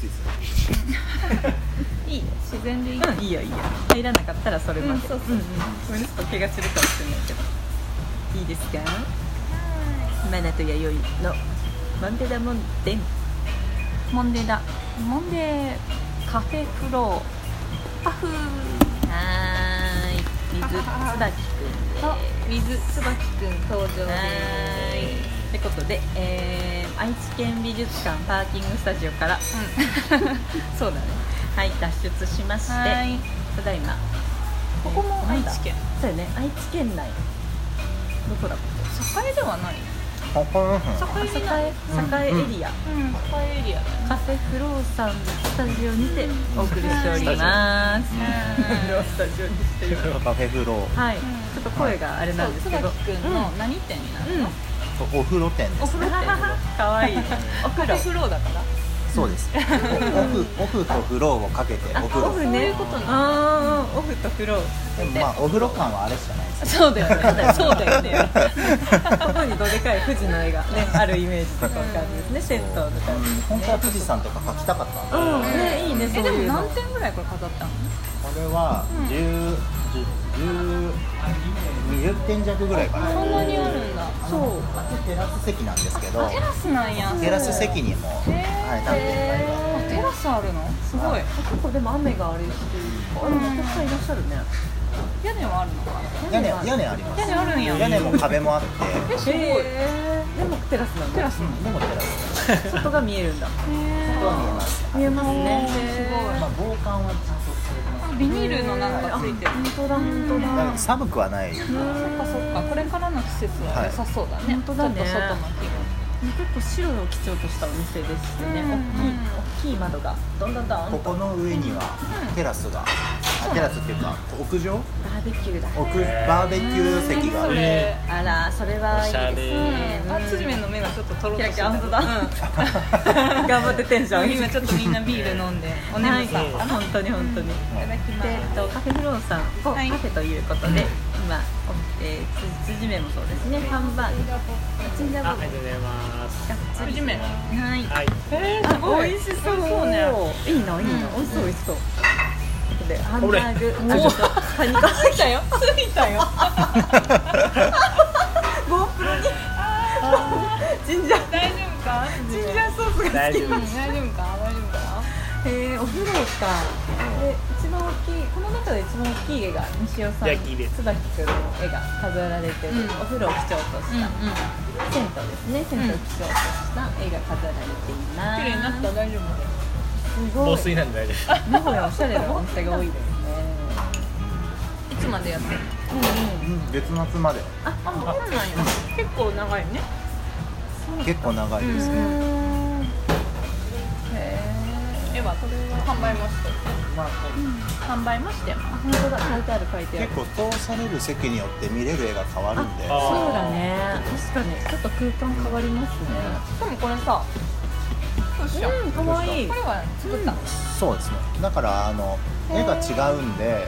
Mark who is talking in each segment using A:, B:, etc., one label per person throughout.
A: ついて
B: いいよ自然でいい、
C: うんいいよいいよ入らなかったらそれまで、
B: うんそうそう
C: うんごめんねちょっと怪我するかもしれないけどいいですかマナと弥生のモンデダモンデン
B: モンデだモンデカフェフローパフ
C: はーい水椿
B: と水椿くん登場で
C: くんはーいってことで、えー愛知県美術館パーキングスタジオから、 そうだねはい脱出しまして
B: はい
C: ただいま
B: ここも愛知県
C: そうよね愛知県内どこだここ
B: 栄ではない
A: たあこれは
B: 栄じゃない
C: 栄栄エリア、
B: うん栄エリアだね
C: カフェフローさんのスタジオにてお送りしております。
B: うん
C: スタジオにしております。
A: カフェ風呂
C: はい、
B: ん
C: ちょっと声があれなんですけ
B: そ
C: ど。
B: う椿くんの何店にな
C: う
B: る
C: ん、
B: の、
A: お風呂店で
B: お
A: す
B: 風呂店
C: 可愛いい。お風
B: カ
C: 呂。
B: フェフローだから
A: そうですオフオフと風呂をかけてお風
B: あオフ
A: 呂
B: ねそういうことなの
C: ああ、オフとフロー。
A: でもまあお風呂感はあれしかないです
B: そうだよねそうだよね
C: ここにどでかい富士の絵がね、あるイメージとかの感じですね。銭湯とか。
A: 本当は富士山とか描きたかったんだけど
C: うん、ね、いいね、そう
B: えでも
C: いうの
B: 何。点ぐらいこれ飾ったの
A: これは10 10 20点弱ぐらいかな
B: そんなにあるんだ
C: そう、
A: テラス席なんですけど
B: あテラスなんや
A: テラス席にも、
B: へー
A: はい、立っていただいて
B: あテラスあるのすごい
C: 結構でも雨があれして。あ、でもお客さんいらっしゃるね。
B: 屋根はあるのか
A: 屋根屋根あります
B: 屋根あるんや
A: 屋根も壁もあって
B: えすごい
C: えー、でもテラスなん
B: テラ
C: だ。
B: ス
A: うんでもテラス
C: 外が見えるんだ。
A: とは見えます、
C: 見えますね。
A: まあ、防寒はちゃんとされてます
B: ビニールのなんかついてる
C: 本当だ本当
A: だか
C: だ
A: ら。寒くはない
B: そっかそっかこれからの季節は良さそうだね
C: はい本当だね
B: ちょっと外の気分
C: 結構白を基調としたお店でしてね、
B: うん
C: 大きい大きい窓がどんどんどん
A: ここの上にはテラスが、あテラスっていうか屋上
C: バーベキューだ
A: 屋バーベキュー席があ
B: そ
A: る
B: れ
C: あらそれはいいですね
B: うんあつじめの目がちょっととろっとしてた
C: キラキラ本当だ頑張ってテンション
B: 今ちょっとみんなビール飲んでおねむさん
C: はい本当に本当に、
B: いただきま
C: で、えっ
B: す
C: と、カフェフローさんを
B: は
C: カ
B: い
C: フェということで、今、おえー、つ辻めもそうですねハンバーグチンジャ
D: あ、
C: ー
D: ありがとうございます。
C: が
B: つじめ
C: はい
D: はい。
B: えーすごい
C: 美味しそう
B: そうね
C: いいないいな、美味しそう美味しそうでハンバーグ
B: れ
C: あとカニカマ
B: ついたよついたよ
C: GoPro にジンジャー
B: 大丈夫か
C: ジンジャーソースが
D: 大丈
B: 大丈
D: 夫で
B: 夫か大丈夫か
C: えー、お風呂かで一番大きいこの中で一番大きい絵が西尾さん
D: 焼きです
C: 椿君の絵が飾られてる、
B: うん
C: お風呂を基調と
B: うん
C: し
B: うん
C: た、銭湯ですね銭湯を基調とした絵が飾られています
B: 綺麗になった大丈夫だよ
C: す
D: 防
C: ごい
D: 水なんで大丈夫。
C: 名古屋おしゃれなお店が多いですね
B: いつまでやってる
A: うん月末まで
C: あ、あ、そうなんや
B: 結構長いね
A: 結構長いです、
C: うんへえ
B: 絵はこれは販売もして
A: まあ、
B: 販売もしてま
C: 本当だ書いてある書いてある
A: 結構通される席によって見れる絵が変わるんで
D: あ
C: そうだね確かにちょっと空間変わりますね
B: すしかもこれさどうしよう
C: うん、かわいい
B: これは作ったの
A: そうですねだからあの絵が違うんで、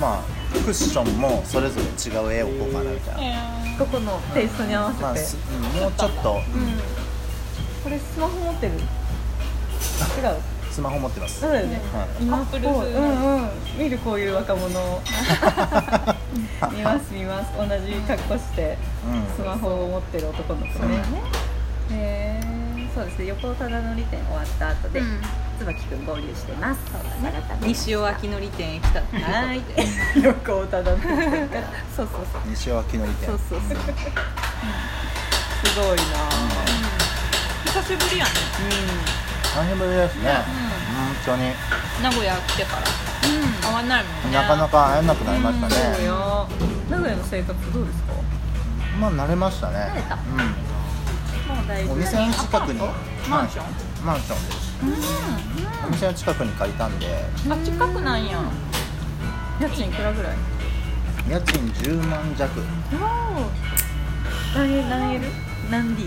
A: まあクッションもそれぞれ違う絵を置こうかなみたいな、
C: ここのテイストに合わせて、
A: まあ、すうんもうちょっと
C: これスマホ持ってる違う
A: スマホ持ってます、
C: そうだよね、
A: はい
C: 今っ
B: カッ
C: ぽ
B: プ
C: い
B: ル風の
C: うんうん見るこういう若 者見ます見ます同じ格好して
A: うん
C: スマホを持ってる男の子ねへえそうですね横尾忠則店終わった後で、
B: うん
C: 椿くん合流してますそうだね
B: 西尾明典店へ来たっていうことで
C: は ーい横尾忠則店からそうそうそう
A: 西尾きのり店
C: そうそうそうすごいなあ
B: 久しぶりやね
A: 大変ぶりですね、本当に
B: 名古屋来てから会わないもんね
A: なかなか会えなくなりました
C: そう
A: ね、
C: よ名古屋の生活どうですか
A: まあ慣れましたね
C: れたもうだい
A: うん、お店の近くにマンションマンションですお店の近くに借りたんで
B: あ近くなんや
C: 家賃いくらぐらい
A: 家賃10万弱
C: 何円何 L 何 D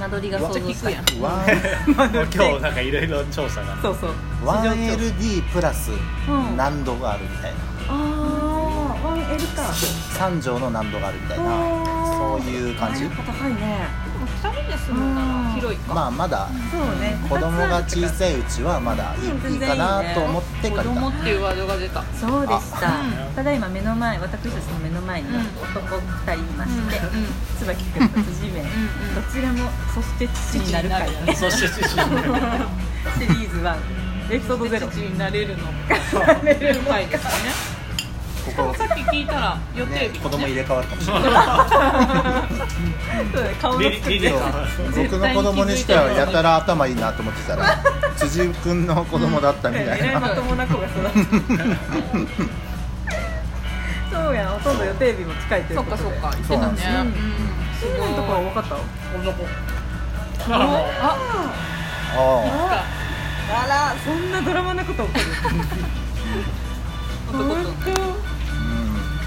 C: 間取りが想像つくやん
A: わ
D: 今日なんかいろいろ調査が。
C: そうそう
A: 1LD プラス
C: うん
A: 難度があるみたいな
C: ああ 1L か
A: 3畳の難度があるみたいな
C: おー
A: そういう感じ
C: 高いね
B: 2人で住むなら広いか、
A: まあまだ
B: そうね
A: 子供が小さいうちはまだいい,、
B: うん全然いいね
A: かなと思って借り
B: 子
A: た
B: 供っていうワードが出た
C: そうでした
B: あ
D: うん
C: ただいま目の前私たちの目の前に
B: うん
C: 男2人いま
B: う
C: して、
B: ん
C: 椿君と辻面どちらもそして父になるから
B: 父になる
C: ね
D: そして自身で
C: シリーズ1エピソードゼロ
B: 父になれるのかなれる回ですね
A: ここ
B: さっき聞いたら予定
A: ね
B: 日、
A: 子供入れ替わるかもしれない
C: そうだね顔の
D: リ
C: 作
D: リ
C: り
D: リ
A: そう
D: ー
B: 絶対に
A: 僕の子供にしてはやたら頭いいなと思ってた ら辻君の子供だったみた
C: え
A: い
C: らい
A: な、
C: まともな子が育つそうやんほとんど予定日も近いという
B: そっ
C: こと
B: かそ
C: で
B: っか言っ
A: そう
B: て
A: な
B: た
A: んですよ
B: ね
C: 辻面のところは分かった
D: あ
B: あ
A: あ
C: あらそんなドラマなこと起こる
B: 男
A: あ
B: とね
A: うん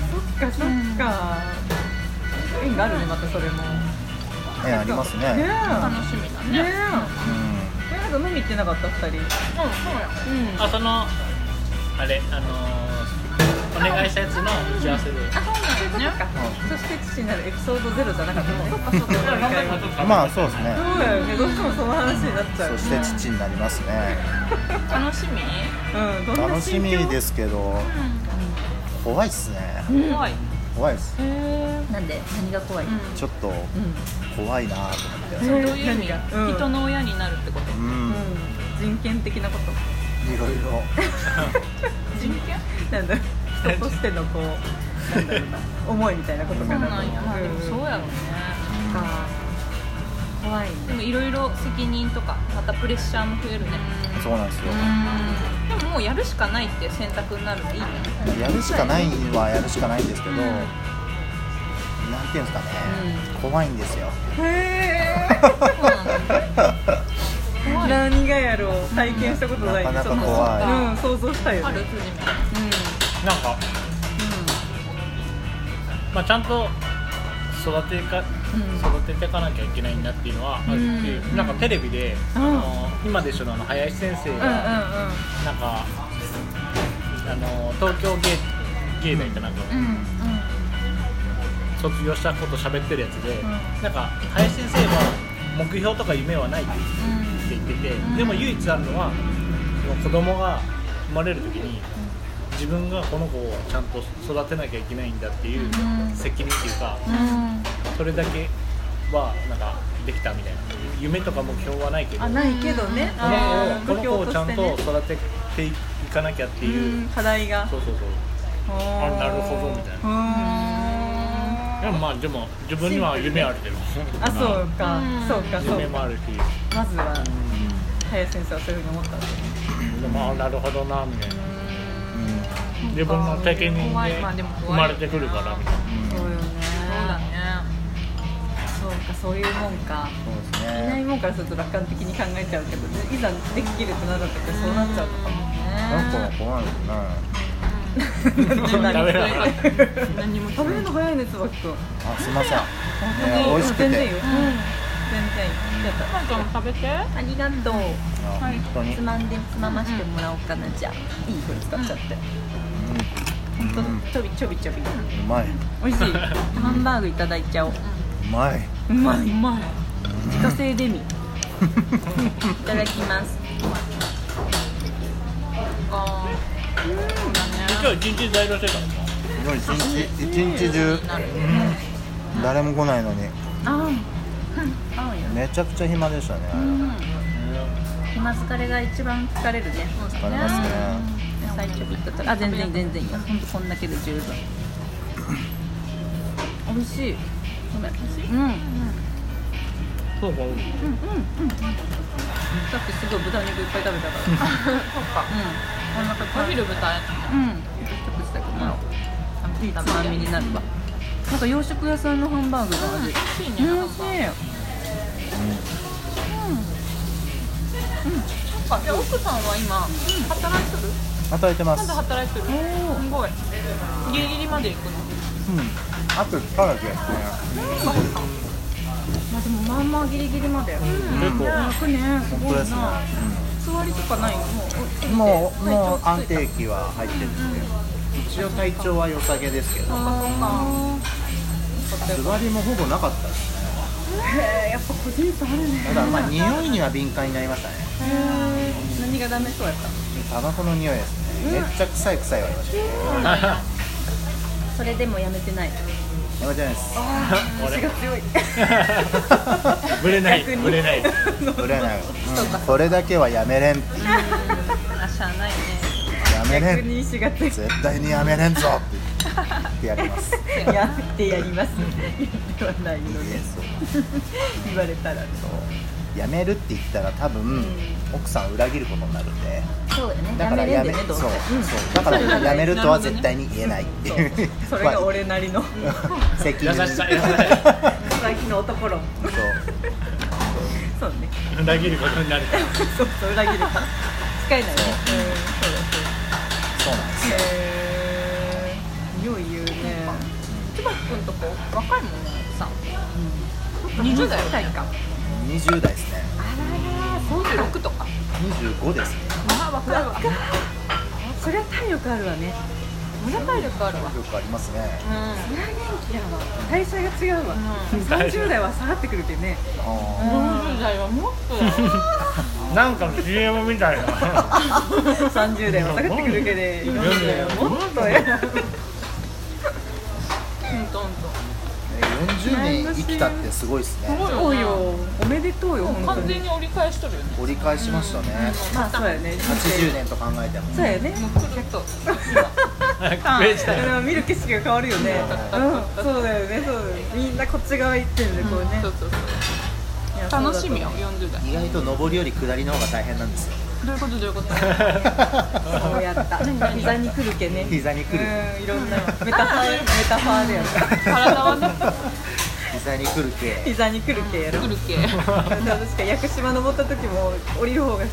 C: そっかそっか、縁があるねまたそれも
A: ねありますね
C: ねえ
B: 楽しみだね
C: ねえ
B: うん
A: う
C: えなんか飲み行ってなかった
B: そ
C: 二人
B: うや
C: うん
D: あそのあれあのー、お願いしたやつの打ち合わせで
C: そういうことかそして父になるエピソードゼロじゃなかったねそっ かそっか毎回は
A: んまあそうですね
C: そうだよねどうしてもその話になっちゃう
A: そして父になりますね
B: 楽しみ
C: うんどんな
A: 楽しみですすけど怖いっすね
B: 怖い
A: 怖いっす
C: なんで何が怖い
A: ちょっと怖いなと思って
C: え
B: どういう意味
C: 何がうん
B: 人の親になるってこと
A: うん
C: 人権的なこと
A: いろいろ
B: 人権
C: なんだろう人としてのこうなんだろうな思いみたいなこと
B: そう
C: かなと
B: なんや
C: 思
B: でもそうやろうね
C: うんか怖い
B: で
C: ね
B: もいろいろ責任とかまたプレッシャーも増えるね
A: そうなんですよ
B: でももうやるしかないって選択になるのいいね
A: やるしかないはやるしかないんですけど、なんていうんですかね、怖いんですよ
C: へえ
B: そうなの怖い
C: 何がやろう体験したことない
A: なかなか
C: ちょっと
A: 怖い
C: うん想像したよ
B: あ
C: ね
B: る辻
D: なんか、まあ、ちゃんと育てか育てていかなきゃいけないんだっていうのはあるし、
B: う
D: なんかテレビで、
C: うん
D: あの今でしょのあの林先生
C: うんうん
D: が、なんかあの東京芸芸大かなんか、
B: うんうん
D: 卒業したこと喋ってるやつで、なんか林先生は目標とか夢はないって言ってて、
B: ん
D: でも唯一あるのはその子供が生まれる時に自分がこの子をちゃんと育てなきゃいけないんだってい
B: う
D: う
B: ん
D: 責任っていうか
B: うん
D: それだけはなんかできたみたいな夢とか目標はないけど
C: あ
D: こ
C: ないけどね
B: うんあ
D: の子をこの子をちゃんと育てていかなきゃってい
C: う
D: う、
C: ん課題が
D: そうそうそう
C: あ
D: なるほどみたいな
C: な
D: でもまあでも自分には夢あるけど
C: あそうか
B: うん
C: そうかそう
D: 夢も
C: か
D: あるし、
C: まずは林先生はそういうふうに思ったんだね
D: でもあなるほどなみたいな自分の
B: 経
D: 責
B: 験
D: 任で
B: 怖いまあでも
D: 生
B: 怖い
D: まれてくるからみたいな
C: そうよね
B: そうだね
C: そうかそういうもんか
A: そうです
C: いない
A: ね
C: もんからすると楽観的に考えちゃうけどいざできるってなった時はそうなっちゃうのかも
A: なんか怖いですね
D: ダメだ
B: 何も
C: 食べるの早いね椿君
A: あすいません、ね、美味しくて
C: 全然いいよ全然いいやった
B: なんかも食べて
C: ありがとう
A: あ本当に、
C: つまんでつまましてもらおうかなじゃあいいふうに使っちゃって
A: うんうん
C: ちょびちょびちょび
A: うまいう
C: 美味しいハンバーグいただいちゃおう
A: まいう
C: まいう
B: まい
C: 自家製デミいただきます
B: あーそうだね
D: 今日一日在庫してたの
A: 今日一日一日中
B: なる
A: 誰も来ないのに
C: ああ合うよ
A: めちゃくちゃ暇でしたね、
C: 暇疲れが一番疲れるね
A: 疲れますね
C: 野菜ちょびっと食べあ全然全然いいよほんとこんだけで十分美味しいごめんうん
D: そうか
C: さっきすごい豚肉いっぱい食べたから
B: そっか
C: うんお腹
B: お
C: いっ
B: 昼豚やっ
C: うんちょっとしたけどな
B: た
C: いいつまみになるわなんか洋食屋さんのハンバーグの味
B: 美味しい
C: 美
B: ね
C: 味しい
B: なんかえ奥さんは今働いてる
A: 働いてま
B: ますだ働いてるすごいギリギリまで行くの
A: うんあと1ヶ月ですね
C: まあでもまあまあギリギリまで
D: 結構
C: 楽ねす
A: 本
C: ご
A: 当
C: いな
A: ですね、
C: 座りとかないもう
A: うんもうもう安定期は入ってるんですけど一応体調は良さげですけど
C: あ
A: 座りもほぼなかったですね
C: へえやっぱ個人差あるね
A: ただまあ匂いには敏感になりましたね
C: 何がダメそうやった
A: タバコの匂いですねめっちゃ臭い臭いはありましたね
C: それでもやめてない
A: やめてないです
D: 俺
C: 私が強い
D: ぶれない
C: 逆に
D: ぶれな
A: 売
D: い
A: れない、うん、これだけはやめれんや
C: あしゃあないね
A: めれ
C: 逆
A: ん
C: に意志が強い
A: 絶対にやめれんぞって言ってやります
C: やってやります言わないので言われたらね
A: そうやめるって言ったら多分奥さんを裏切ることになるんで
C: そうよね
A: だからやめ
C: んで
A: そう
C: どう
A: そう
C: せ
A: だから
C: それが
A: やめるとは
C: なるほどね
A: 絶対に言えないっていう
C: それが
A: ま
C: 俺なりの
A: あ責
D: 優
A: 任
D: しさ優し
A: そう
D: さ
C: 最近の男論そうね
D: 裏切ることになるから
C: そうそう裏切るから使え
A: そう
C: ないねうんそうだ
A: そうなん
C: そうだ
A: ですよ
C: へえ匂い言うね
B: 椿君とこ若いもんねさ、うん、20代か
A: 20代ですね
B: 26とか
A: 25ですね
B: まあ若いわ
C: そりゃ体力あるわね
B: 村体力あるわ
A: よくありますね
C: そりゃ元気やわ代謝が違うわ、30代は下がってくるけどね
A: あ
B: 40代はもっと
D: なんかの CM みた いな
C: 30代は下がってくるけどね40代はもっとや
B: うんとんと
A: ー40年生きたってすごいですね
B: す
C: そ
B: ご
C: う
B: いよ
C: よおめでとうよ本当
B: 完全
C: に
B: に折り返しとるよね
A: 折り返しましたね
C: まあそうやね
A: 80年と考えても
C: そうやね
B: もうくるっと
D: クレジだ
C: でも見る景色が変わるよね、うん、そうだよねそうだよねみんなこっち側行ってんでこうね
B: そうそうそう
C: いやそうだと思う
B: 楽しみよ40代
A: 意外と上りより下りの方が大変なんですよ
B: どういうことどういうこと
C: そうやった膝に来るけね
A: 膝に来る
C: うんいろんなメタファーメタファーだよね
B: 体はね
A: 膝に来る系
C: 膝に来るけやろ
B: くるけ
C: 確か屋久島登った時も降りる方が辛